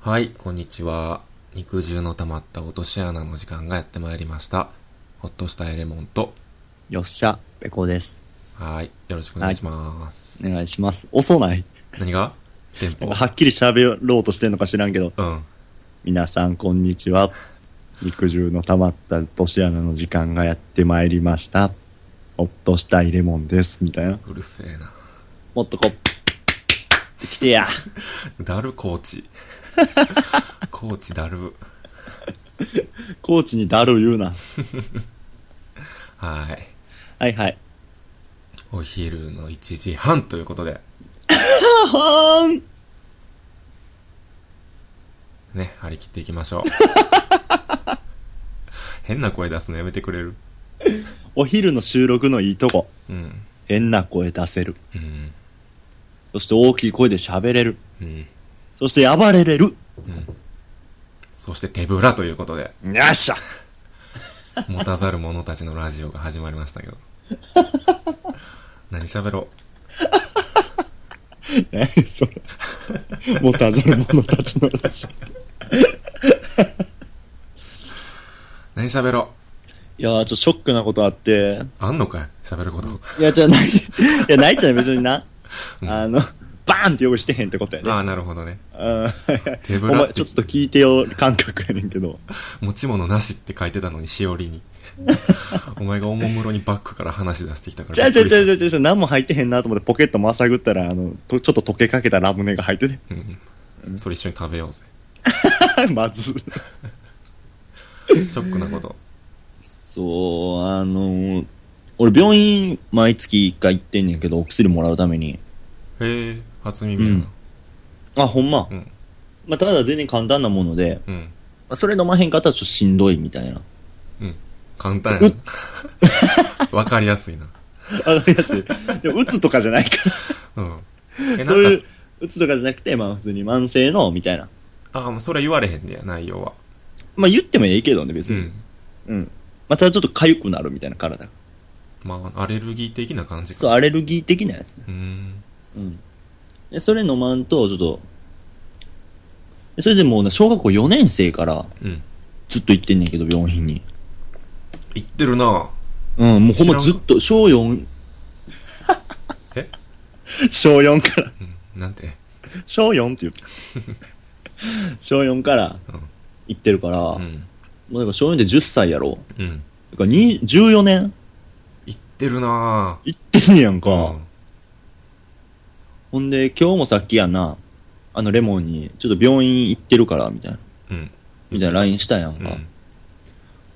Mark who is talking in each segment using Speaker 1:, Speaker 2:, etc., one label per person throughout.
Speaker 1: はい、こんにちは。肉汁の溜まった落とし穴の時間がやってまいりました。ほっとしたエレモンと、
Speaker 2: よっしゃ、ペコです。
Speaker 1: はい、よろしくお願いします。
Speaker 2: お願いします。遅ない。
Speaker 1: 何がテン
Speaker 2: なん
Speaker 1: ポ
Speaker 2: かはっきり喋ろうとしてんのか知らんけど、
Speaker 1: うん。
Speaker 2: 皆さんこんにちは。肉汁の溜まった落とし穴の時間がやってまいりました。ほっとしたいレモンです。みたいな。
Speaker 1: うるせえな。
Speaker 2: もっとこう、来てや。
Speaker 1: だる、コー チ。コーチだる。
Speaker 2: コーチにだる言うな。
Speaker 1: はい。
Speaker 2: はいはい。
Speaker 1: お昼の1時半ということで、
Speaker 2: あはーん
Speaker 1: ね、張り切っていきましょ う。変な声出すのやめてくれる
Speaker 2: お昼の収録のいいとこ。
Speaker 1: うん。
Speaker 2: 変な声出せる。
Speaker 1: うん。
Speaker 2: そして大きい声で喋れる。
Speaker 1: うん。
Speaker 2: そして暴れれる。
Speaker 1: そして手ぶらということで、
Speaker 2: よっしゃ
Speaker 1: 持たざる者たちのラジオが始まりましたけど。何喋ろ
Speaker 2: 何それ。持たざる者たちのラジオ。
Speaker 1: う何喋ろ
Speaker 2: いやー、ちょっとショックなことあって。
Speaker 1: うあんのかい喋ること。
Speaker 2: いや、じゃあない。いや、ないじゃない、別にな。あの、バーンって用意してへんってことやね。
Speaker 1: ああ、なるほどね。手
Speaker 2: うん。
Speaker 1: ぶ
Speaker 2: お
Speaker 1: ら
Speaker 2: 前、ちょっと聞いてよ、感覚やねんけど。
Speaker 1: 持ち物なしって書いてたのに、しおりに。お前がおもむろにバッグから話し出してきたから。
Speaker 2: ちゃうちゃうちゃう
Speaker 1: う。
Speaker 2: ちゃうちゃう、何も入ってへんなと思ってポケットまさぐったら、あの、とちょっと溶けかけたラムネが入ってて。
Speaker 1: うん。それ一緒に食べようぜ。
Speaker 2: まず。
Speaker 1: ショックなこと。
Speaker 2: そう、あの、俺病院毎月一回行ってんねんけど、お薬もらうために。
Speaker 1: へえ、初耳やな。
Speaker 2: あ、ほんま。
Speaker 1: うん。
Speaker 2: まあ、ただ全然簡単なもので、
Speaker 1: うん。
Speaker 2: まあ、それ飲まへんかったらちょっとしんどい みたいな。
Speaker 1: うん。簡単やな。わかりやすいな。
Speaker 2: わかりやすい。でも、うつとかじゃないから。
Speaker 1: うん。え、
Speaker 2: そう
Speaker 1: ないん
Speaker 2: う
Speaker 1: か、、
Speaker 2: 打つとかじゃなくて、まあ普通に慢性の、みたいな。
Speaker 1: ああ、もうそれ言われへんねや、内容は。
Speaker 2: まあ言ってもええけどね、
Speaker 1: う
Speaker 2: 別に。
Speaker 1: ん。
Speaker 2: うん。まあただちょっと痒くなるみたいな体が。
Speaker 1: まあ、アレルギー的な感じか。
Speaker 2: そう、アレルギー的なやつね。
Speaker 1: うーん。
Speaker 2: うん。で、それ飲まんと、ちょっと、でそれでもうね、小学校4年生から
Speaker 1: うん。
Speaker 2: ずっと行ってんねんけど、病院に。
Speaker 1: 言ってるな
Speaker 2: うん、もうほ
Speaker 1: 知ら
Speaker 2: ん
Speaker 1: ん
Speaker 2: ま
Speaker 1: か
Speaker 2: ずっと、小4、
Speaker 1: え
Speaker 2: 小4から、
Speaker 1: うん。なんて。
Speaker 2: 小4って 言う。小4から
Speaker 1: うん
Speaker 2: 行ってるから、
Speaker 1: う
Speaker 2: も
Speaker 1: ん。
Speaker 2: うだから小4で10歳やろ。
Speaker 1: うん。
Speaker 2: だからに14年
Speaker 1: 言ってるな
Speaker 2: 行ってんねやんか。
Speaker 1: うん。
Speaker 2: ほんで、今日もさっきやな、あの、レモンに、ちょっと病院行ってるから、みたいな、
Speaker 1: うん。
Speaker 2: みたいな LINE したやん
Speaker 1: う
Speaker 2: か。
Speaker 1: ん。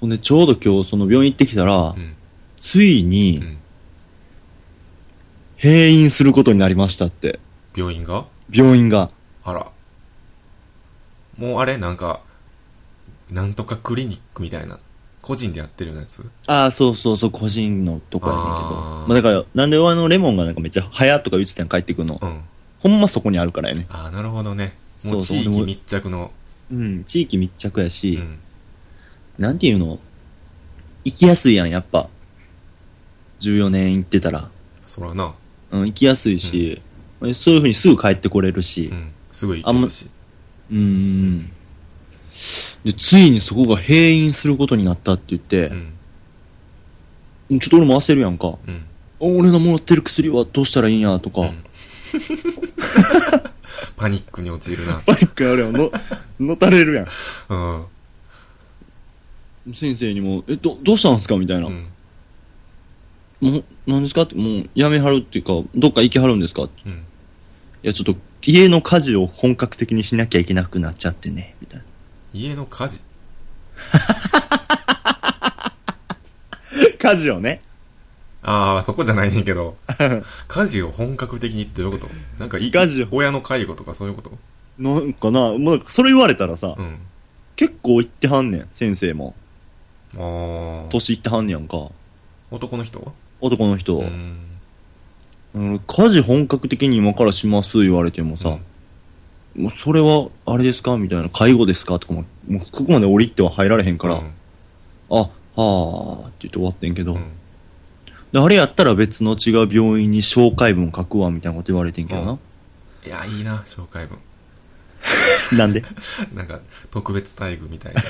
Speaker 2: ほんで、ちょうど今日、その病院行ってきたら、
Speaker 1: うん。
Speaker 2: ついうに、
Speaker 1: ん。
Speaker 2: 閉院することになりましたって、
Speaker 1: 病院が
Speaker 2: 病院が。
Speaker 1: あら。もうあれなんか、なんとかクリニックみたいな。個人でやってるようなやつ
Speaker 2: ああ、そうそうそう、個人のとこやねんけど。
Speaker 1: あー
Speaker 2: まあ、だから、なんであの、レモンがなんかめっちゃ早とか言ってたん帰ってくんの。
Speaker 1: うん。
Speaker 2: ほんまそこにあるからやね。
Speaker 1: ああ、なるほどね。も
Speaker 2: そううそう
Speaker 1: 地域
Speaker 2: でも
Speaker 1: 密着の。
Speaker 2: うん、地域密着や
Speaker 1: う
Speaker 2: し、
Speaker 1: ん。
Speaker 2: なんていうの、行きやすいやん、やっぱ。14年行ってたら。
Speaker 1: そらな。
Speaker 2: うん、行きやすいし、そういうふうにすぐ帰ってこれるし
Speaker 1: う、ん。すぐ行けるし。
Speaker 2: うん、ん。で、ついにそこが閉院することになったって言って
Speaker 1: う、ん。
Speaker 2: ちょっと俺も焦るやんか。
Speaker 1: うん。
Speaker 2: 俺のもらってる薬はどうしたらいいんやとか、
Speaker 1: んパニックに陥るな。
Speaker 2: パニックやるやん、 の、のたれるや
Speaker 1: うん。
Speaker 2: ん。先生にも、え、ど、どうしたんすかみたいな。
Speaker 1: うん。
Speaker 2: もう、何ですかって、もう、やめはるっていうか、どっか行きはるんですかい
Speaker 1: うん。
Speaker 2: や、ちょっと、家の家事を本格的にしなきゃいけなくなっちゃってね、みたいな。
Speaker 1: 家の火事
Speaker 2: 家事をね。
Speaker 1: ああ、そこじゃないねんけ ど。家事を本格的にってどういうことなんかい、
Speaker 2: 家事を
Speaker 1: 親の介護とかそういうこと
Speaker 2: なんかな、もう、それ言われたらさ、
Speaker 1: うん。
Speaker 2: 結構行ってはんねん、先生も。
Speaker 1: ああ。
Speaker 2: 年行ってはんねやんか。
Speaker 1: 男の人は
Speaker 2: 男の人。
Speaker 1: うん。
Speaker 2: うん、家事本格的に今からします言われてもさ、もうそれは、あれですかみたいな、介護ですかとかも、もうここまで降りては入られへんから、
Speaker 1: うん
Speaker 2: あ、はあって言って終わってんけど、
Speaker 1: うん
Speaker 2: だであれやったら別の違う病院に紹介文書くわ、みたいなこと言われてんけどな。
Speaker 1: いや、いいな、紹介文。
Speaker 2: なんで
Speaker 1: なんか、特別待遇みたい な。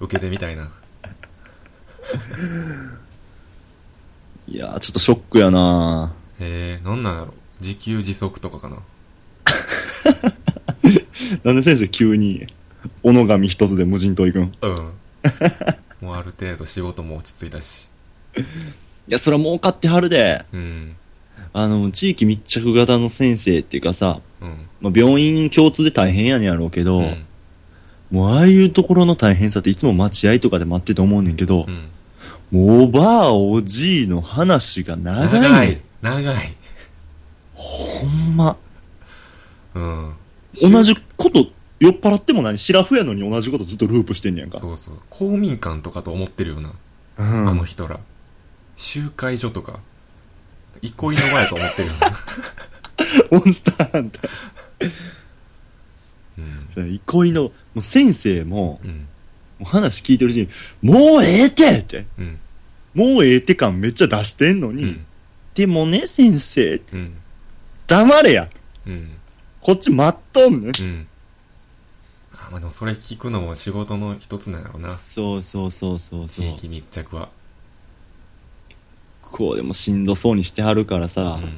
Speaker 1: 受けてみたいな。
Speaker 2: いやー、ちょっとショックやな
Speaker 1: へえ、なんなんやろ。自給自足とかかな。
Speaker 2: なんで先生急に、おのがみ一つで無人島行くんい
Speaker 1: うん。もうある程度仕事も落ち着いたし。
Speaker 2: や、それは儲かってはるで。
Speaker 1: うん。
Speaker 2: あの、地域密着型の先生っていうかさ、
Speaker 1: うん。
Speaker 2: まあ、病院共通で大変やねんやろうけど、
Speaker 1: うん。
Speaker 2: もうああいうところの大変さっていつも待合とかで待ってて思うねんけど
Speaker 1: う、ん。
Speaker 2: もうおばあおじいの話が長いねん。
Speaker 1: 長い。長い。
Speaker 2: ほんま。
Speaker 1: うん。
Speaker 2: 同じこと、酔っ払ってもない。シラフやのに同じことずっとループしてんねやんか。
Speaker 1: そうそう。公民館とかと思ってるよな。
Speaker 2: う
Speaker 1: あの
Speaker 2: ん。
Speaker 1: 人ら。集会所とか。憩いの場やと思ってるよ な。
Speaker 2: モンスターハンター
Speaker 1: うん。
Speaker 2: その憩いの、もう先生も、
Speaker 1: うん。
Speaker 2: もう話聞いてるうちに、もうええてって、
Speaker 1: うん。
Speaker 2: もうええて感めっちゃ出してんの
Speaker 1: う
Speaker 2: に、
Speaker 1: ん。
Speaker 2: でもね、先生、
Speaker 1: うん。
Speaker 2: 黙れや。
Speaker 1: うん。
Speaker 2: こっち待っとんね
Speaker 1: う。
Speaker 2: ん
Speaker 1: ん。あ、まあ、でもそれ聞くのも仕事の一つなんやろうな。
Speaker 2: そうそうそうそうそ
Speaker 1: 地。
Speaker 2: う
Speaker 1: 域密着は。
Speaker 2: こうでもしんどそうにしてはるから
Speaker 1: う
Speaker 2: さ、
Speaker 1: ん。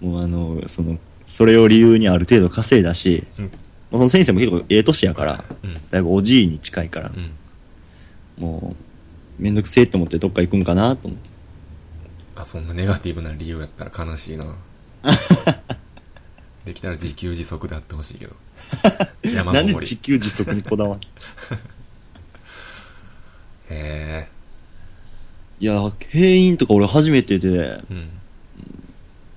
Speaker 2: もうあの、その、それを理由にある程度稼いだし、
Speaker 1: うん
Speaker 2: もうその先生も結構ええ年やから、
Speaker 1: うん。
Speaker 2: だいぶおじいに近いから
Speaker 1: う、ん。
Speaker 2: もう、めんどくせえと思ってどっか行くんかなと思って。
Speaker 1: あ、そんなネガティブな理由やったら悲 しいな。できたら自給自足であってほしい けど。山
Speaker 2: なん
Speaker 1: 登り。
Speaker 2: で自
Speaker 1: へ
Speaker 2: 給自足にこだわる
Speaker 1: え。
Speaker 2: いや、閉院とか俺初めてで、
Speaker 1: うん。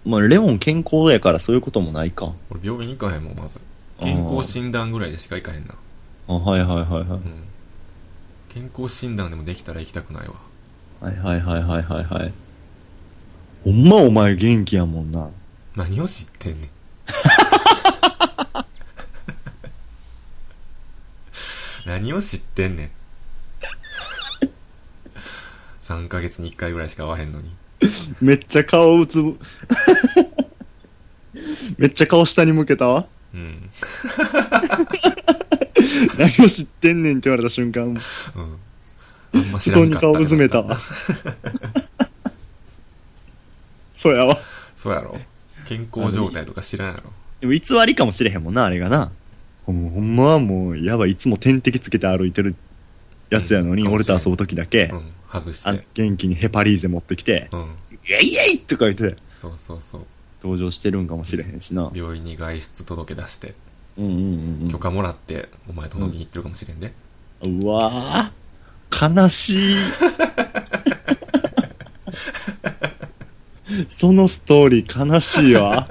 Speaker 2: まあ、レオン健康やからそういうこともないか。
Speaker 1: 俺病院行かへんもん、まず。
Speaker 2: あー
Speaker 1: 健康診断ぐらいでしか行かへんな。
Speaker 2: あ、はいはいはいは
Speaker 1: うん。健康診断でもできたら行きたくないわ。
Speaker 2: い。はいはいはいはいはいはい。ほんまお前元気やもんな。
Speaker 1: 何を知ってん ねん。何を知ってんねん。3ヶ月に1回ぐらいしか会わへんのに。
Speaker 2: めっちゃ顔 うつぶ。めっちゃ顔下に向けたわ。
Speaker 1: うん。
Speaker 2: 何を知ってんねんって言われた瞬間、
Speaker 1: うん。あんま知らんかったけど。
Speaker 2: わ。そうやわ。
Speaker 1: そうやろ健康状態とか知らんやろ。
Speaker 2: でも偽りかもしれへんもんな、あれがな。ほんほんまはもう、やばい、いつも点滴つけて歩いてるやつやのに、
Speaker 1: うん
Speaker 2: 俺と遊ぶときだけ、
Speaker 1: うん。外し
Speaker 2: あ
Speaker 1: て。
Speaker 2: 元気にヘパリーゼ持ってきて、
Speaker 1: うん。
Speaker 2: イエイイエイとか言って、
Speaker 1: そうそうそう。
Speaker 2: 登場してるんかもしれへんしな。
Speaker 1: 病院に外出届け出して、
Speaker 2: うんうんうん
Speaker 1: 許可もらって、お前と飲みに行ってるかもしれんで。
Speaker 2: うん。うわぁ、悲しい。そのストーリー悲しいわ。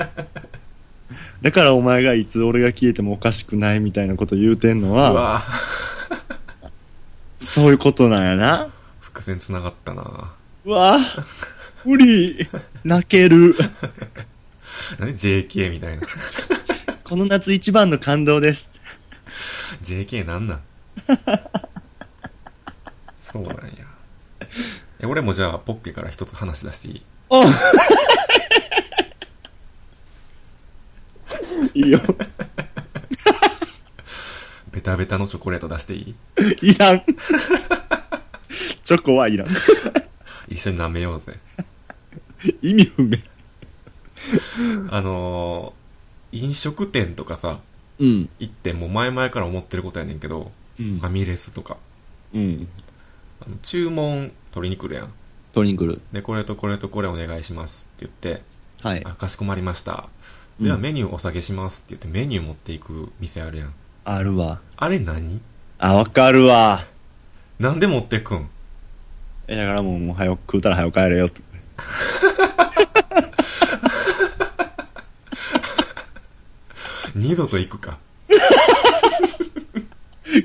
Speaker 2: だからお前がいつ俺が消えてもおかしくないみたいなこと言うてんの
Speaker 1: う
Speaker 2: は、
Speaker 1: わぁ、
Speaker 2: そういうことなんやな。
Speaker 1: 伏線繋がったなぁ。
Speaker 2: うわぁ、無理、泣ける。
Speaker 1: 何 JK みたいな。
Speaker 2: この夏一番の感動です。
Speaker 1: JK なんなんそうなんや。え、俺もじゃあ、ポッケから一つ話し出していい
Speaker 2: おいいよ。
Speaker 1: ベタベタのチョコレート出していい
Speaker 2: いらん。チョコはいらん。
Speaker 1: 一緒に舐めようぜ。
Speaker 2: 意味不明。
Speaker 1: あのー、飲食店とかさ、
Speaker 2: うん。
Speaker 1: 行ってもう前々から思ってることやねんけど、
Speaker 2: うん
Speaker 1: ファミレスとか、
Speaker 2: うん。
Speaker 1: あの注文取りに来るやん。
Speaker 2: トリンクル。
Speaker 1: で、これとこれとこれお願いしますって言って、
Speaker 2: はい。
Speaker 1: あ、かしこまりました。
Speaker 2: うん
Speaker 1: ではメニューお下げしますって言ってメニュー持っていく店あるやん。
Speaker 2: あるわ。
Speaker 1: あれ何
Speaker 2: あ、わかるわ。
Speaker 1: なんで持ってくん
Speaker 2: え、だからもう、もう、早く食うたら早く帰れよって。
Speaker 1: 二度と行くか。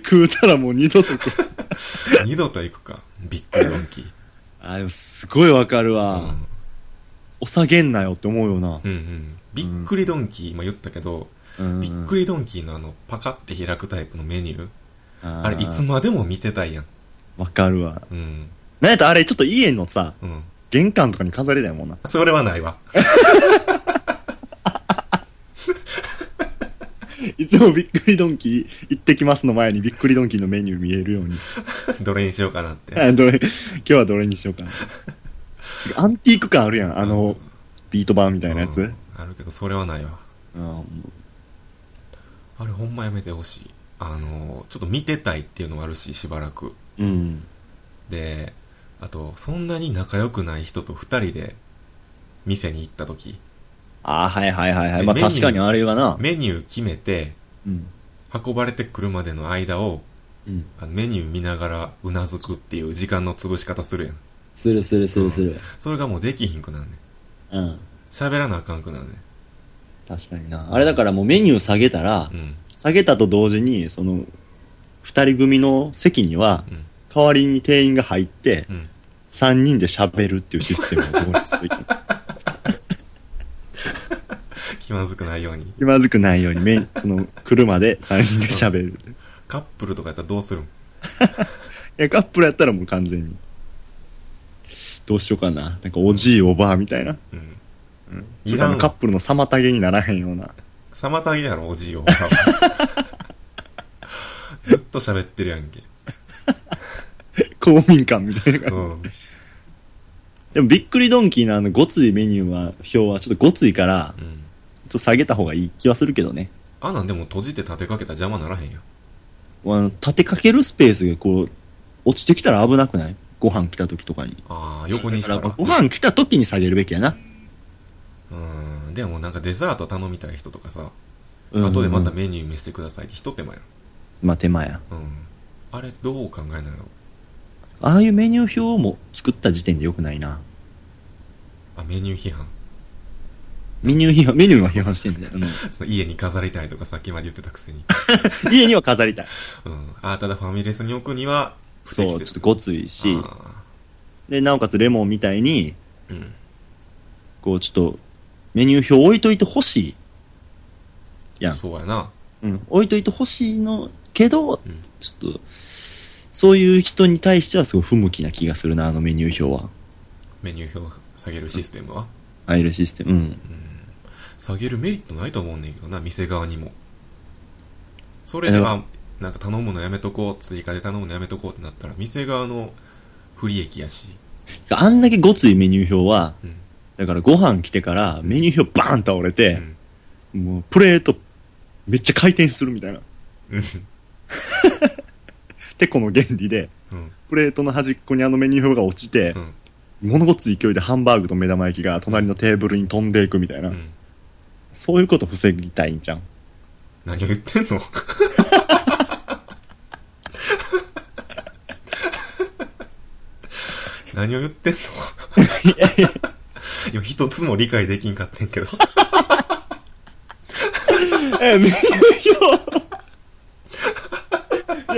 Speaker 2: 食うたらもう二度と来る。
Speaker 1: 二度と行くか。びっくりドンキー。
Speaker 2: あ、でもすごいわかる
Speaker 1: う
Speaker 2: わ。
Speaker 1: ん。
Speaker 2: お下げんなよって思うよな
Speaker 1: う。んうん。びっくりドンキー、今言ったけど、びっく
Speaker 2: り。
Speaker 1: りドンキーのあの、パカって開くタイプのメニュー。
Speaker 2: あ
Speaker 1: あれ、いつまでも見てたいやん。
Speaker 2: わかるわ。
Speaker 1: うん。
Speaker 2: なんやったらあれ、ちょっと家のさ、
Speaker 1: うん。
Speaker 2: 玄関とかに飾りだよもんな。
Speaker 1: それはないわ。
Speaker 2: いつもびっくりドンキー行ってきますの前にびっくりドンキーのメニュー見えるように。
Speaker 1: どれにしようかなって。
Speaker 2: あどれ、今日はどれにしようかな。次アンティーク感あるやん。あの、ビート板みたいなやつ。
Speaker 1: うんあるけど、それはないわ。
Speaker 2: うん
Speaker 1: あれほんまやめてほしい。あの、ちょっと見てたいっていうのもあるし、しばらく。
Speaker 2: うん。
Speaker 1: で、あと、そんなに仲良くない人と二人で店に行った時、
Speaker 2: ああ、はいはいはいは
Speaker 1: で
Speaker 2: い。まあ
Speaker 1: メニュー
Speaker 2: 確かにあれはな。
Speaker 1: メニュー決めて、
Speaker 2: うん。
Speaker 1: 運ばれてくるまでの間を、
Speaker 2: うん。
Speaker 1: あのメニュー見ながらうなずくっていう時間の潰し方するやん。
Speaker 2: するするするする。
Speaker 1: それがもうできひんくなんねん。
Speaker 2: うん。
Speaker 1: 喋らなあかんくなんね
Speaker 2: 確かにな。あれだからもうメニュー下げたら
Speaker 1: ん。う、ん。
Speaker 2: 下げたと同時に、その、二人組の席には、
Speaker 1: うん。
Speaker 2: 代わりに店員が入って、
Speaker 1: うん。
Speaker 2: 三人で喋るっていうシステムを導入すべき。
Speaker 1: 気まずくないように。
Speaker 2: 気まずくないように、めその、車で三人で喋る。
Speaker 1: カップルとかやったらどうするん
Speaker 2: いや、カップルやったらもう完全に。どうしようかな。なんか、おじい、おばあみたいな。
Speaker 1: うん。
Speaker 2: ち
Speaker 1: い
Speaker 2: ょっとあ
Speaker 1: ら
Speaker 2: の
Speaker 1: ん
Speaker 2: カップルの妨げにならへんような。
Speaker 1: 妨げやろ、おじいおばあ。 ずっと喋ってるやんけ。
Speaker 2: 公民館みたいな感
Speaker 1: う
Speaker 2: じ。
Speaker 1: ん。
Speaker 2: でも、びっくりドンキーのあの、ごついメニューは、表は、ちょっとごついから、ちょ
Speaker 1: うん。
Speaker 2: っと下げた方がいい気はするけどね。
Speaker 1: あなんでも閉じて立てかけたら邪魔ならへんよ。
Speaker 2: あの、立てかけるスペースが、こう、落ちてきたら危なくないご飯来た時とかに。
Speaker 1: ああ、横に
Speaker 2: だ
Speaker 1: し
Speaker 2: か
Speaker 1: た
Speaker 2: ら、
Speaker 1: ら
Speaker 2: ご。飯来た時に下げるべきやな。
Speaker 1: うん。でもなんかデザート頼みたい人とかさ、
Speaker 2: うん
Speaker 1: 後でまた。メニュー見せてくださいって一手間や
Speaker 2: まあ、手間や。
Speaker 1: ろ。うん。あれどう考えなの
Speaker 2: ああいうメニュー表をも作った時点で良くないな。
Speaker 1: あ、メニュー批判。
Speaker 2: メニュー批判、メニューは批判してんだよ。うん
Speaker 1: その家に飾りたいとかさっきまで言ってたく せに。
Speaker 2: 家には飾りたい。
Speaker 1: うん。ああ、ただファミレスに置くには不
Speaker 2: そ
Speaker 1: 適切、
Speaker 2: う、ちょっとごついし、
Speaker 1: あ
Speaker 2: で、なおかつレモンみたいに、
Speaker 1: ーうん。
Speaker 2: こう、ちょっと、メニュー表置いといてほしい。やん。
Speaker 1: そうやな。
Speaker 2: うん。置いといてほしいの、けど、
Speaker 1: うん。
Speaker 2: ちょっと、そういう人に対してはすごい不向きな気がするな、あのメニュー表は。
Speaker 1: メニュー表を下げるシステムは。
Speaker 2: ああいうシステム。うん。
Speaker 1: 下げるメリットないと思うねんけどな、店側にも。それで
Speaker 2: え
Speaker 1: は、なんか頼むのやめとこう、追加で頼むのやめとこうってなったら、店側の不利益やし。
Speaker 2: あんだけごついメニュー表は、
Speaker 1: うん。
Speaker 2: だからご飯来てからメニュー表バーン倒れ
Speaker 1: う
Speaker 2: て、
Speaker 1: ん。
Speaker 2: もうプレート、めっちゃ回転するみたいな。
Speaker 1: うん。
Speaker 2: てこの原理で、
Speaker 1: うん。
Speaker 2: プレートの端っこにあのメニュー表が落ちて、
Speaker 1: うん。
Speaker 2: 物ごつい勢いでハンバーグと目玉焼きが隣のテーブルに飛んでいくみたいな、
Speaker 1: うん。
Speaker 2: そういうこと防ぎたいんじゃん。
Speaker 1: 何を言ってん の何を言ってんのいや、一つも理解できんかってんけど。
Speaker 2: え、メニュー表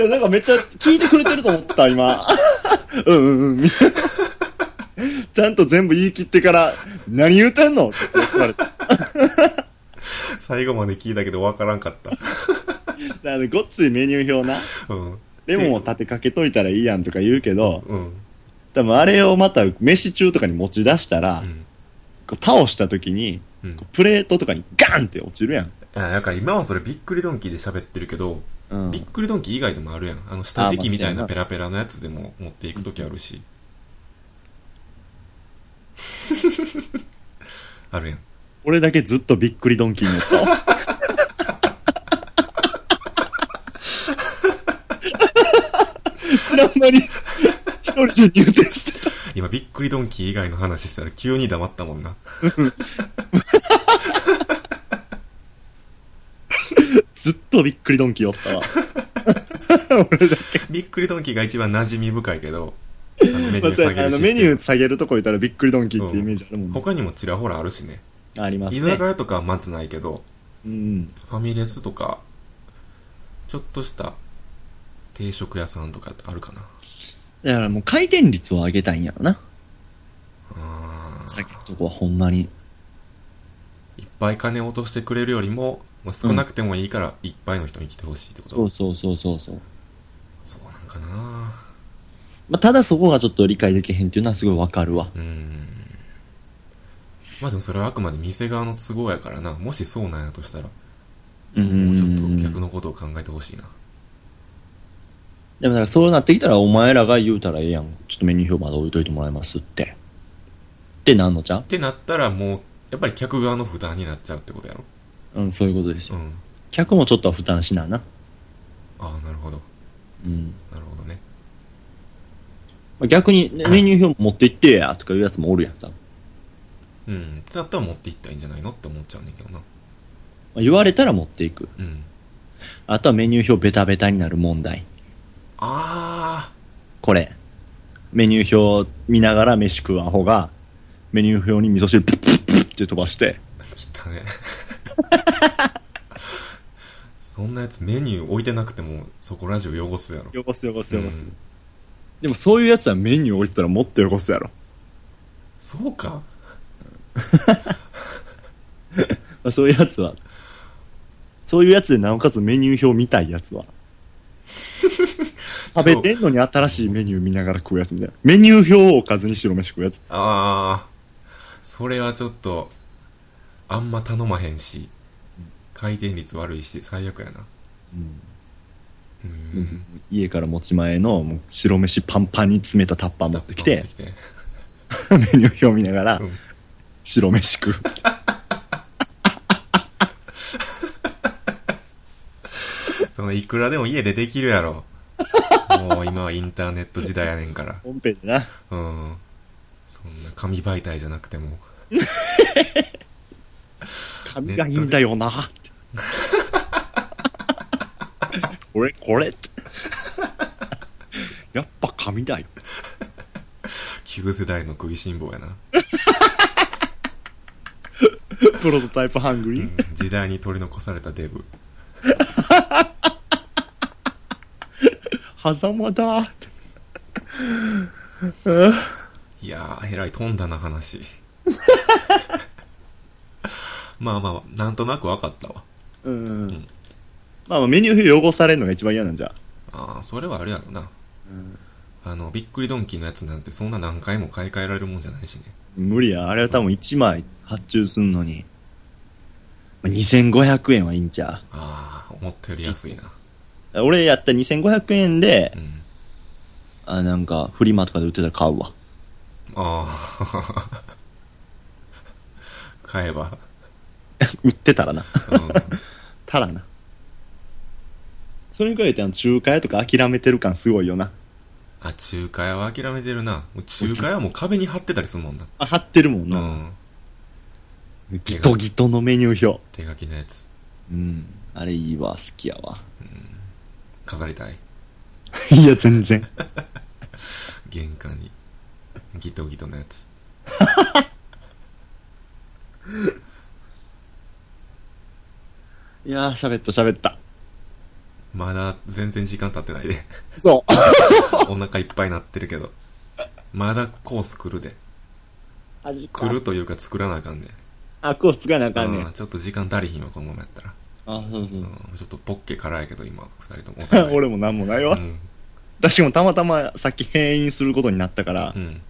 Speaker 2: いや、なんかめっちゃ聞いてくれてると思ってた、今。 うんうん うん。ちゃんと全部言い切ってから、何言うてんのって言われた。
Speaker 1: 最後まで聞いたけど分からんかった。
Speaker 2: あのごっついメニュー表な。
Speaker 1: うん。
Speaker 2: レモンを立てかけといたらいいやんとか言うけど、
Speaker 1: うん。
Speaker 2: 多分あれをまた飯中とかに持ち出したら、
Speaker 1: うん。
Speaker 2: こう倒した時に、
Speaker 1: うん
Speaker 2: こうプレートとかにガンって落ちるやん。
Speaker 1: あだから今はそれびっくりドンキーで喋ってるけど、
Speaker 2: うん
Speaker 1: びっくりドンキー以外でもあるやん。あの、下敷きみたい
Speaker 2: あま
Speaker 1: な
Speaker 2: あ
Speaker 1: ペラペラのやつでも持っていくときある し。あるやん。
Speaker 2: 俺だけずっとびっくりドンキーになったわ。 知らん間に一人で入店してた。
Speaker 1: 今、びっくりドンキー以外の話したら急に黙ったもんな。
Speaker 2: ずっとびっくりドンキーおったわ。
Speaker 1: びっくりドンキーが一番馴染み深いけど、あのメニュ
Speaker 2: まあ
Speaker 1: ー
Speaker 2: そう
Speaker 1: 下げ
Speaker 2: やあ
Speaker 1: る
Speaker 2: の
Speaker 1: シ
Speaker 2: メ
Speaker 1: ス
Speaker 2: ニュ
Speaker 1: テ
Speaker 2: ー下げるとこいたらびっくりドンキーってイメージあるもん
Speaker 1: ム。
Speaker 2: ね。
Speaker 1: 他にもちらほらあるしね。
Speaker 2: あります
Speaker 1: 居
Speaker 2: ね
Speaker 1: 酒。屋とかはまずないけど、
Speaker 2: うん。
Speaker 1: ファミレスとか、ちょっとした定食屋さんとかってあるかな。
Speaker 2: だからもう回転率を上げたいんやろな。
Speaker 1: あー
Speaker 2: 下げるとこはほんまに。
Speaker 1: いっぱい金を落としてくれるよりも、まあ、少なくてもいいから、いっぱいの人に来てほしいってこと、
Speaker 2: そうそうそうそうそう。
Speaker 1: そうなんかな
Speaker 2: まあ、ただそこがちょっと理解できへんっていうのはすごいわかるわ。
Speaker 1: うん。まあでもそれはあくまで店側の都合やからな。もしそうなんやとしたら、
Speaker 2: うんうん
Speaker 1: もう
Speaker 2: う
Speaker 1: ちょ
Speaker 2: ん
Speaker 1: っと
Speaker 2: うん。
Speaker 1: 逆のことを考えてほしいな。
Speaker 2: でもなんかそうなってきたらお前らが言うたらええやん。ちょっとメニュー表まだ置いといてもらいますって。ってなんのちゃん
Speaker 1: ってなったらもう、やっぱり客側の負担になっちゃうってことやろ。
Speaker 2: うん、そういうことです
Speaker 1: う
Speaker 2: よ。
Speaker 1: ん。
Speaker 2: 客もちょっとは負担しなな。
Speaker 1: ああ、なるほど。
Speaker 2: うん。
Speaker 1: なるほどね。
Speaker 2: まあ逆にねメニュー表持って行ってやとかいうやつもおるやん。多分
Speaker 1: うん。ってなったら持っていったらいいんじゃないのって思っちゃうねんけどな。
Speaker 2: まあ言われたら持っていく。
Speaker 1: うん。
Speaker 2: あとはメニュー表ベタベタになる問題。
Speaker 1: あ
Speaker 2: これ。メニュー表見ながら飯食うアホが、メニュー表に味噌汁プップップッって飛ばして、
Speaker 1: あ、きったね。 そんなやつメニュー置いてなくても、そこラジオ汚すやろ。
Speaker 2: 汚す汚す汚
Speaker 1: う
Speaker 2: す。
Speaker 1: ん
Speaker 2: でもそういうやつはメニュー置いてたらもっと汚すやろ。
Speaker 1: そうか
Speaker 2: まあ、そういうやつは、そういうやつでなおかつメニュー表見たいや つは。食べてんのに新しいメニュー見ながら食うやつみたいな。メニュー表をおかずに白飯食うやつ。
Speaker 1: ああ、それはちょっと、あんま頼まへんし、回転率悪いし、最悪やな。うーん。
Speaker 2: 家から持ち前のもう白飯パンパンに詰めたタッパー持ってきて、メニュー表見ながら
Speaker 1: うん、
Speaker 2: 白飯食う。
Speaker 1: その、いくらでも家でできるやろ。もう今はインターネット時代やねんから。
Speaker 2: 本編でな。
Speaker 1: うん。そんな紙媒体じゃなくても。
Speaker 2: 髪がいいんだよ なって。これ、これって。やっぱ髪だよ。
Speaker 1: 旧世代の食いしん坊やな。
Speaker 2: プロトタイプハングリ
Speaker 1: う
Speaker 2: ー
Speaker 1: ん。時代に取り残されたデブ。
Speaker 2: 狭間だーって。
Speaker 1: いやー、えらい飛んだな話。まあまあ、なんとなくわかったわ。
Speaker 2: うん。まあまあメニュー表汚されるのが一番嫌なんじゃ。
Speaker 1: ああ、それはあるやろな。あの、びっくりドンキーのやつなんてそんな何回も買い替えられるもんじゃないしね。
Speaker 2: 無理や。あれは多分1枚発注すんのに。まあ2500円はいいんちゃ
Speaker 1: ああ、思ったより安いな。
Speaker 2: う。俺やったら2500円で
Speaker 1: う、ん。
Speaker 2: あ、なんか、フリマとかで売ってたら買うわ。
Speaker 1: ああ。 買えば。
Speaker 2: 売ってたらな。
Speaker 1: う
Speaker 2: たらな。それに比べてあの中華屋とか諦めてる感すごいよな。
Speaker 1: ん。あ、中華屋は諦めてるな。もう中華屋はもう壁に貼ってたりするもんな。
Speaker 2: あ、貼ってるもん
Speaker 1: う
Speaker 2: な。
Speaker 1: ん。
Speaker 2: ギトギトのメニュー表。
Speaker 1: 手書きのやつ。
Speaker 2: うん。あれいいわ、好きやわ。
Speaker 1: 飾りたい。
Speaker 2: いや、全然。
Speaker 1: 玄関に。ギトギトのやつ。
Speaker 2: いやー、喋った喋った。
Speaker 1: まだ全然時間経ってない で。
Speaker 2: そう。
Speaker 1: お腹いっぱいなってるけど。まだコース来るで。
Speaker 2: 味
Speaker 1: 来るというか作らなあかんねん。
Speaker 2: あ、コースがなあかんね
Speaker 1: うん
Speaker 2: ん。
Speaker 1: ちょっと時間足りひんわ、このままやったら。、
Speaker 2: あ、そうそううん
Speaker 1: ちょっとポッケ辛いけど、今、二人ともお
Speaker 2: そう。
Speaker 1: 互い。
Speaker 2: 俺もなんもないわ
Speaker 1: う。ん。
Speaker 2: 私もたまたまさっき閉院することになったから
Speaker 1: う、ん。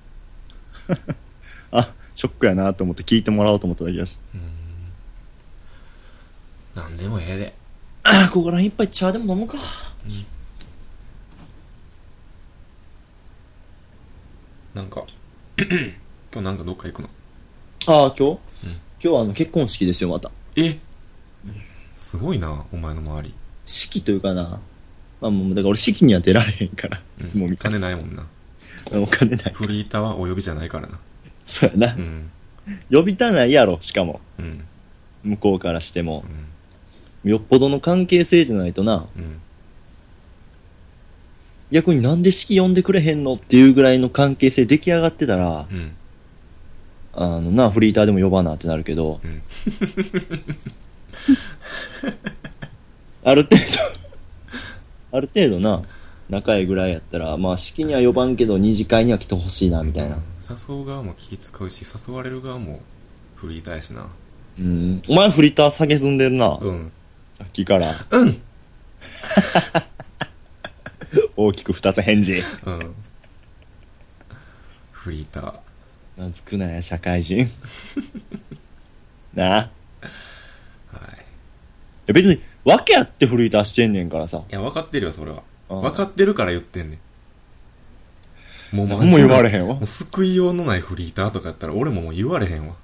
Speaker 2: あ、ショックやなと思って聞いてもらおうと思っただけだし。
Speaker 1: うん。なんでもええで。
Speaker 2: あ、ここら辺一杯茶でも飲むか。
Speaker 1: なんか、 今日なんかどっか行くの
Speaker 2: あー、今日今日はあの結婚式ですよ、また。
Speaker 1: えすごいな、お前の周り。
Speaker 2: 式というかな。まあもう、だから俺式には出られへんから。いつも見たい
Speaker 1: 金ないもんな。
Speaker 2: お金ない。
Speaker 1: フリーターはお呼びじゃないからな。
Speaker 2: そうやな
Speaker 1: う。ん。
Speaker 2: 呼びたないやろ、しかも。
Speaker 1: うん。
Speaker 2: 向こうからしても
Speaker 1: う。ん。
Speaker 2: よっぽどの関係性じゃないとな。
Speaker 1: うん。
Speaker 2: 逆になんで式呼んでくれへんのっていうぐらいの関係性出来上がってたら、
Speaker 1: うん。
Speaker 2: あのな、フリーターでも呼ばなってなるけど、
Speaker 1: うん。
Speaker 2: ある程度、ある程度な、仲いいぐらいやったら、まあ式には呼ばんけど二次会には来てほしいな、みたいな。
Speaker 1: 誘う側も気使うし、誘われる側もフリーターやしな。
Speaker 2: うん。お前フリーター下げすんでんな、
Speaker 1: うん。
Speaker 2: さっきから。うん大きく二つ返事。
Speaker 1: うん。フリーター
Speaker 2: 懐くなや、社会人。なあ。い
Speaker 1: はい
Speaker 2: や別に、わけあってフリーターしてんねんからさ。
Speaker 1: いや分かってるよそれは
Speaker 2: うん
Speaker 1: 分かってるから言ってんねんもう
Speaker 2: 何も言われへんわ
Speaker 1: もう救いようのないフリーターとかやったら俺ももう言われへんわ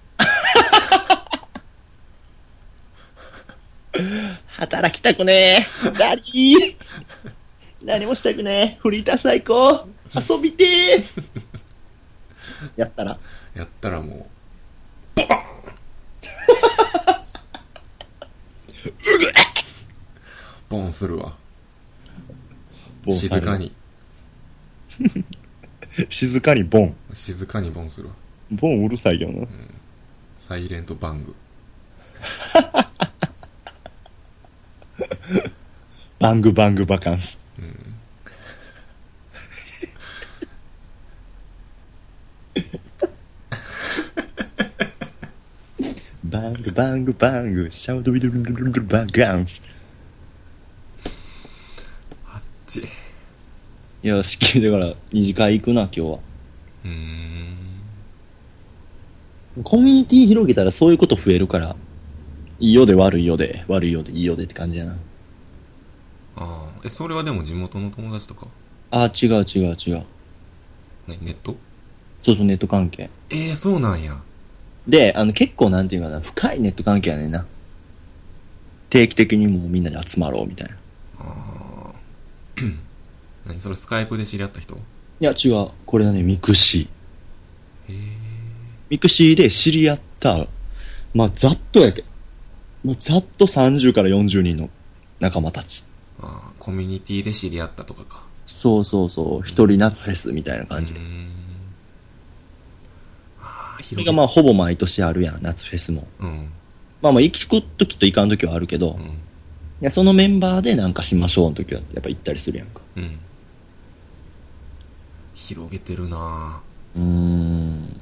Speaker 2: 働きたくねえ。ダリー。何もしたくねえ。フリーター最高。遊びてえ。 やったら。
Speaker 1: やったらも うボンボンするわ静か。に
Speaker 2: 静かにボン。
Speaker 1: 静かにボンするわ
Speaker 2: ボンうるさいよな。
Speaker 1: サイレントバング
Speaker 2: バングバングバカンス。バングバングバング、シャウトビルルルルルバカンス。
Speaker 1: ち
Speaker 2: いや、しっきりだから、二次会行くな、今日は。
Speaker 1: うーん
Speaker 2: コミュニティ広げたらそういうこと増えるから、いいよで悪いよで、悪いよでいいよでって感じやな。
Speaker 1: ああえそれはでも地元の友達とか
Speaker 2: ああ、違う違う違う。
Speaker 1: 何ネット
Speaker 2: そうそう、ネット関係。
Speaker 1: ええそうなんや
Speaker 2: で、あの、結構なんていうかな、深いネット関係やねんな。定期的にもうみんなで集まろうみたいな。い
Speaker 1: ああ 何それスカイプで知り合った人
Speaker 2: や、違う。これだね、ミクシー。
Speaker 1: へえ
Speaker 2: ミクシーで知り合った、まあ、ざっとやけ。まあ、ざっと30から40人の仲間たち。
Speaker 1: ああコミュニティで知り合ったとかか
Speaker 2: そうそうそう、一人夏フェスみたいな
Speaker 1: う
Speaker 2: 感じ
Speaker 1: ー
Speaker 2: で。
Speaker 1: んああ
Speaker 2: それ
Speaker 1: 広
Speaker 2: が
Speaker 1: げ
Speaker 2: まあ、ほぼ毎年あるやん、夏フェスも。
Speaker 1: うん
Speaker 2: まあまあ、行くときと行かんときはあるけど、
Speaker 1: う
Speaker 2: い
Speaker 1: ん
Speaker 2: や、そのメンバーでなんかしましょうのときは、やっぱ行ったりするやんか。
Speaker 1: うん広げてるな
Speaker 2: うーん。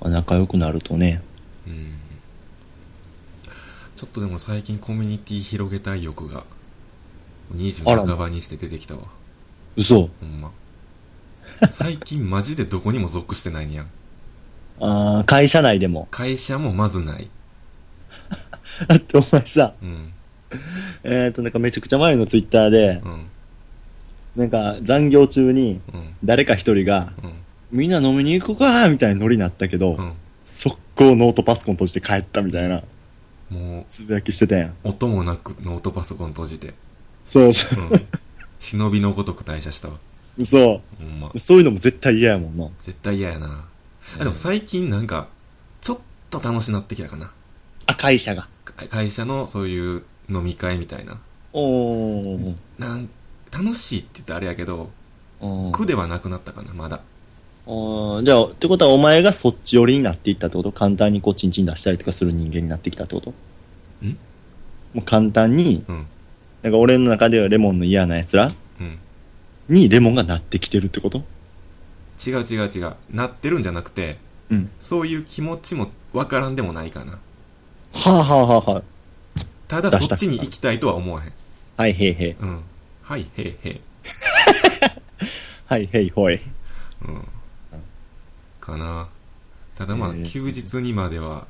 Speaker 2: まあ、仲良くなるとね、
Speaker 1: ぁうんちょっとでも最近コミュニティ広げたい欲が20
Speaker 2: あら
Speaker 1: 半ばにして出てきたわ
Speaker 2: 嘘。
Speaker 1: ほんま最近マジでどこにも属してないにゃん
Speaker 2: あー会社内でも。
Speaker 1: 会社もまずない
Speaker 2: だってお前さ、
Speaker 1: うん
Speaker 2: えっ、ー、と、なんかめちゃくちゃ前のツイッターで、
Speaker 1: うん
Speaker 2: なんか残業中に
Speaker 1: うん
Speaker 2: 誰か一人が、
Speaker 1: うん
Speaker 2: みんな飲みに行こうかみたいなノリになったけど、
Speaker 1: うん
Speaker 2: 速攻ノートパソコン閉じて帰ったみたいな、
Speaker 1: もう
Speaker 2: つぶやきしてたやん。
Speaker 1: 音もなくノートパソコン閉じて、
Speaker 2: そうそ
Speaker 1: うん、忍びのごとく退社したわ
Speaker 2: う。そ
Speaker 1: ほんま
Speaker 2: う。そういうのも絶対嫌やもんな。
Speaker 1: 絶対嫌やなあでも最近なんかちょっと楽しなってきたかな
Speaker 2: あ、会社が。
Speaker 1: か会社のそういう飲み会みたいな
Speaker 2: おー。
Speaker 1: なん楽しいって言ったらあれやけど
Speaker 2: お
Speaker 1: 苦ではなくなったかなまだ
Speaker 2: ーじゃあ、ってことはお前がそっち寄りになっていったってこと簡単にこう、チンチン出したりとかする人間になってきたってこと
Speaker 1: ん
Speaker 2: もう簡単に、
Speaker 1: うん
Speaker 2: なんか俺の中ではレモンの嫌な奴ら
Speaker 1: うん
Speaker 2: にレモンがなってきてるってこと
Speaker 1: 違う違う違うなってるんじゃなくて
Speaker 2: うん。
Speaker 1: そういう気持ちもわからんでもないかな
Speaker 2: はあ、はあはあはあ、
Speaker 1: ただそっちに行きたいとは思わへん
Speaker 2: はいへいへい。
Speaker 1: うんはいへいへい
Speaker 2: はいへいほい。
Speaker 1: うんかなただまあ
Speaker 2: えー
Speaker 1: 休日にまでは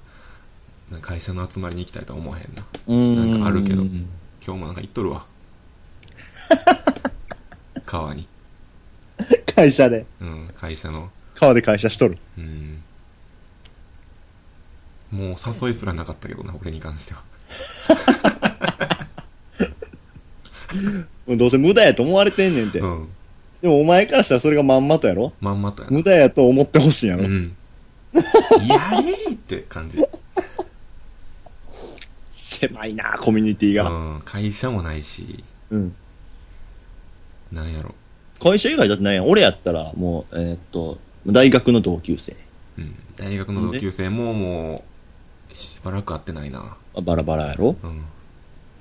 Speaker 1: なんか会社の集まりに行きたいとは思わへんな
Speaker 2: うーん
Speaker 1: なんかあるけど今日もなんか行っとるわ 川に、
Speaker 2: 会社で。
Speaker 1: うん、会社の
Speaker 2: 川で会社しとる。
Speaker 1: うんもう誘いすらなかったけどな俺に関しては
Speaker 2: もうどうせ無駄やと思われてんねんて。
Speaker 1: うん
Speaker 2: でもお前からしたらそれがまんまとやろ
Speaker 1: まんまとやな
Speaker 2: 無駄やと思ってほしいんやろ、
Speaker 1: うんやれーって感じ、
Speaker 2: 狭いなコミュニティ
Speaker 1: う
Speaker 2: が。
Speaker 1: ん、会社もないし
Speaker 2: うん。
Speaker 1: なんやろ
Speaker 2: 会社以外だってないやん。俺やったら、もう、えーっと、大学の同級生。
Speaker 1: うん大学の同級生ももうしばらく会ってないな
Speaker 2: バラバラやろ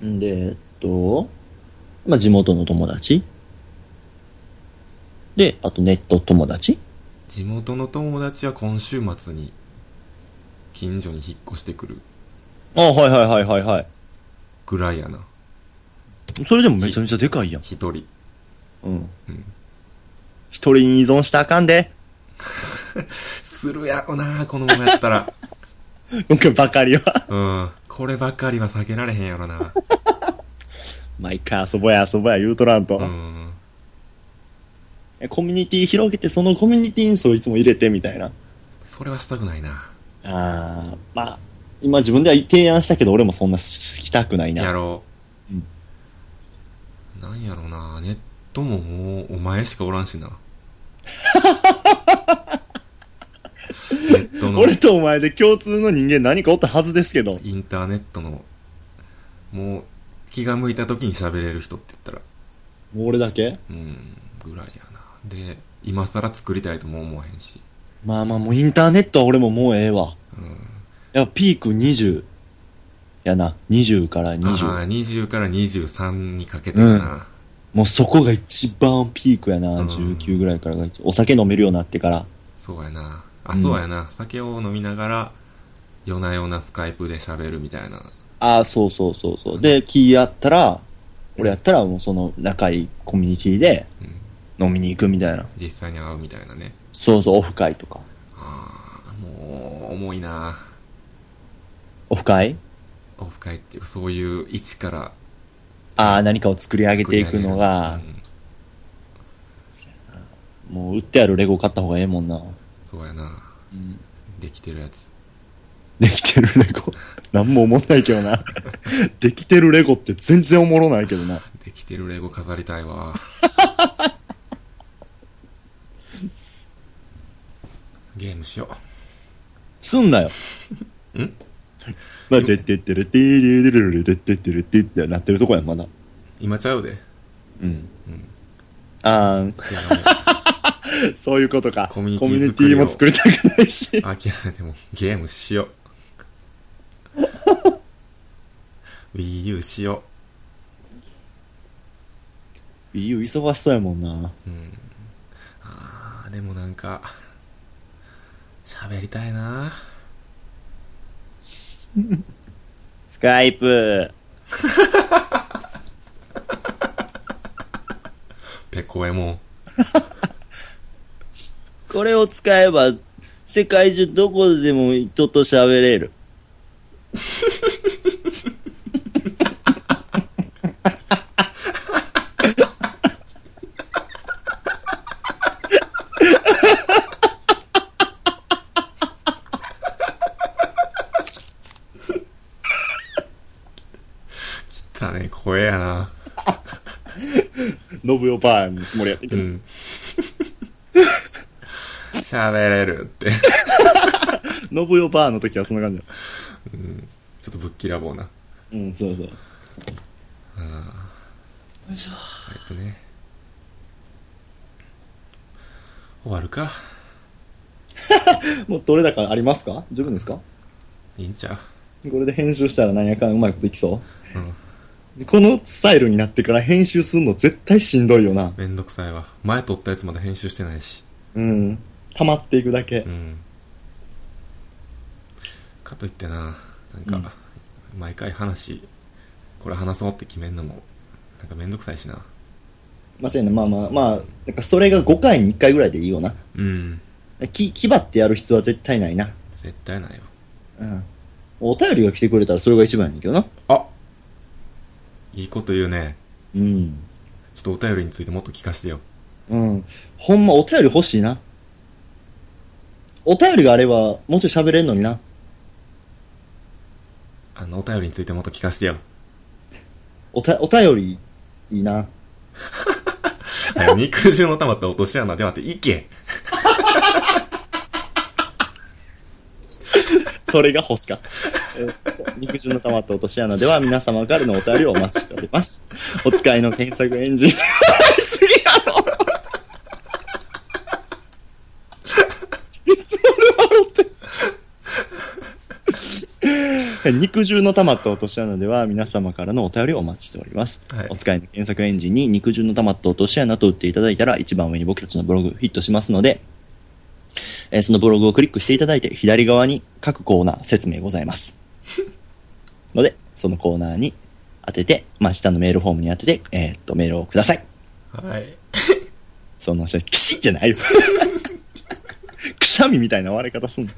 Speaker 1: うん
Speaker 2: んで、えっと、まあ、地元の友達。で、あとネット友達。
Speaker 1: 地元の友達は今週末に近所に引っ越してくる
Speaker 2: ああ、はいはいはいはいはい。
Speaker 1: ぐらいやな
Speaker 2: それでもめちゃめちゃでかいやん。
Speaker 1: 一人
Speaker 2: うん。
Speaker 1: うん
Speaker 2: 一人に依存したらあかんで。
Speaker 1: するやろなこのままやったら。
Speaker 2: 今回ばかりは。
Speaker 1: うん。こればっかりは避けられへんやろな。
Speaker 2: 毎回遊ぼや遊ぼや言うとらんと
Speaker 1: う、ん。
Speaker 2: コミュニティ広げて、そのコミュニティにそういつも入れてみたいな。
Speaker 1: それはしたくないな。
Speaker 2: あー、まあ、今自分では提案したけど、俺もそんなしたくない
Speaker 1: や
Speaker 2: な。
Speaker 1: ろう。
Speaker 2: うん
Speaker 1: なんやろなネットももうお前しかおらん しな。ネットの、
Speaker 2: 俺とお前で共通の人間何かおったはずですけど。
Speaker 1: インターネットの、もう気が向いた時に喋れる人って言ったら、
Speaker 2: もう俺だけ
Speaker 1: うん、ぐらいやな。で、今更作りたいとも思わへんし。
Speaker 2: まあまあ、もうインターネットは俺ももうええわ。やっぱピーク20。やな。20から
Speaker 1: あ
Speaker 2: 20。
Speaker 1: ー20から23にかけてかな。
Speaker 2: もうそこが一番ピークやな。
Speaker 1: うん
Speaker 2: 19ぐらいからが。お酒飲めるようになってから。
Speaker 1: そうやな。
Speaker 2: う
Speaker 1: あ、
Speaker 2: ん
Speaker 1: そうやな。酒を飲みながら、夜な夜なスカイプで喋るみたいな。
Speaker 2: ああ、そうそうそうそう。で、気合ったら、俺やったらもうその仲いいコミュニティで
Speaker 1: うん
Speaker 2: 飲みに行くみたいな。
Speaker 1: 実際に会うみたいなね。
Speaker 2: そうそう、オフ会とか。
Speaker 1: ああ、もう、重いな。
Speaker 2: オフ会
Speaker 1: オフ会っていうか、そういう位置から
Speaker 2: ああ、何かを作り上げていくのが
Speaker 1: 作、り上げるうん
Speaker 2: もう売ってあるレゴ買った方がええもんな。
Speaker 1: そうやな。できてるやつ。
Speaker 2: できてるレ ゴ。なんも思んないけどな。できてるレゴって全然おもろないけどな。
Speaker 1: できてるレゴ飾りたいわ。 ゲームしよう。
Speaker 2: すんなよ。
Speaker 1: ん
Speaker 2: まあ、でってってるてーりゅるるるでってってるてってなってるとこやん、まだ。
Speaker 1: 今ちゃうで。
Speaker 2: うん。
Speaker 1: うん。
Speaker 2: あー、
Speaker 1: いや
Speaker 2: そういうことか。
Speaker 1: コミュニテ
Speaker 2: コ
Speaker 1: ィ
Speaker 2: ミュニ
Speaker 1: 作
Speaker 2: テ
Speaker 1: り
Speaker 2: ィ
Speaker 1: を
Speaker 2: も作りたくないし。
Speaker 1: もう諦めても、ゲームしよう。Wii U しよ
Speaker 2: Wii U 忙しそうやもんな。
Speaker 1: う。うん。あー、でもなんか、喋りたいな。
Speaker 2: スカイプ。
Speaker 1: ペコエモン。
Speaker 2: これを使えば、世界中どこでも人と喋れる。
Speaker 1: 汚ね、声やな。
Speaker 2: ノブヨパーのつもりやって
Speaker 1: う
Speaker 2: けど。
Speaker 1: ん。喋れるって。
Speaker 2: ノブヨパーの時はそんな感じだ。
Speaker 1: ちょっとぶっきらぼうな
Speaker 2: うん、そうそう。
Speaker 1: タイプね。終わるか。
Speaker 2: もうどれだかありますか十分ですか
Speaker 1: いいんちゃ
Speaker 2: これで編集したらなんやかんうまいこといきそう
Speaker 1: うん。
Speaker 2: うこのスタイルになってから編集するの絶対しんどいよな。
Speaker 1: めんどくさいわ。前撮ったやつまだ編集してないし。
Speaker 2: うん。溜まっていくだけ。
Speaker 1: うん。かといってな、
Speaker 2: う
Speaker 1: なん
Speaker 2: ん
Speaker 1: か、毎回話、これ話そうって決めんのも、なんかめんどくさいしな。
Speaker 2: まあ、そうやな、まあまあまあ、なんかそれが5回に1回ぐらいでいいよな。
Speaker 1: うん。
Speaker 2: き、気張ってやる必要は絶対ないな。
Speaker 1: 絶対ないよ。
Speaker 2: うん。お便りが来てくれたらそれが一番やねんけどな。
Speaker 1: あいいこと言うね。
Speaker 2: うん。
Speaker 1: ちょっとお便りについてもっと聞かせてよ。
Speaker 2: うん。ほんまお便り欲しいな。お便りがあれば、もうちょい喋れんのにな。
Speaker 1: あの、お便りについてもっと聞かせて よ。
Speaker 2: おた、お便り、いいな。
Speaker 1: あ肉汁の溜まった落とし穴で待って、いけ
Speaker 2: それが欲しかった。えー 肉汁の溜まった落とし穴では皆様からのお便りをお待ちしております。お使いの検索エ ンジン。しすぎやろいつ俺笑ってん肉汁の溜まった落とし穴では皆様からのお便りをお待ちしております。
Speaker 1: はい
Speaker 2: お使いの検索エンジンに肉汁の溜まった落とし穴と打っていただいたら一番上に僕たちのブログヒットしますので、えーそのブログをクリックしていただいて、左側に各コーナー説明ございます。ので、そのコーナーに当てて、まあ、下のメールフォームに当てて、えーっと、メールをください。
Speaker 1: はい。
Speaker 2: その下、キシッじゃないよ。キシシャミみたいな割れ方すんの。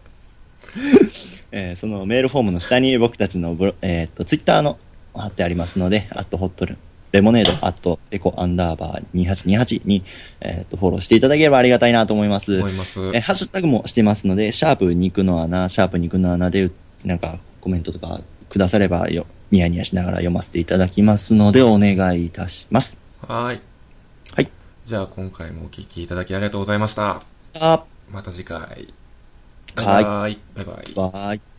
Speaker 2: えーそのメールフォームの下に僕たちのブロ、えーっと、ツイッターの貼ってありますので、アットホットル、レモネード、アットエコアンダーバー2828に、えーっと、フォローしていただければありがたいなと思います。
Speaker 1: 思います。
Speaker 2: えーハッシュタグもしてますので、シャープ肉の穴、シャープ肉の穴で、なんかコメントとかくださればよ、ニヤニヤしながら読ませていただきますので、お願いいたします。
Speaker 1: はーい。
Speaker 2: はい。
Speaker 1: じゃあ今回もお聞きいただきありがとうございました。
Speaker 2: あ
Speaker 1: また次回。
Speaker 2: はい
Speaker 1: バイバイ。バイバイ。
Speaker 2: バイ。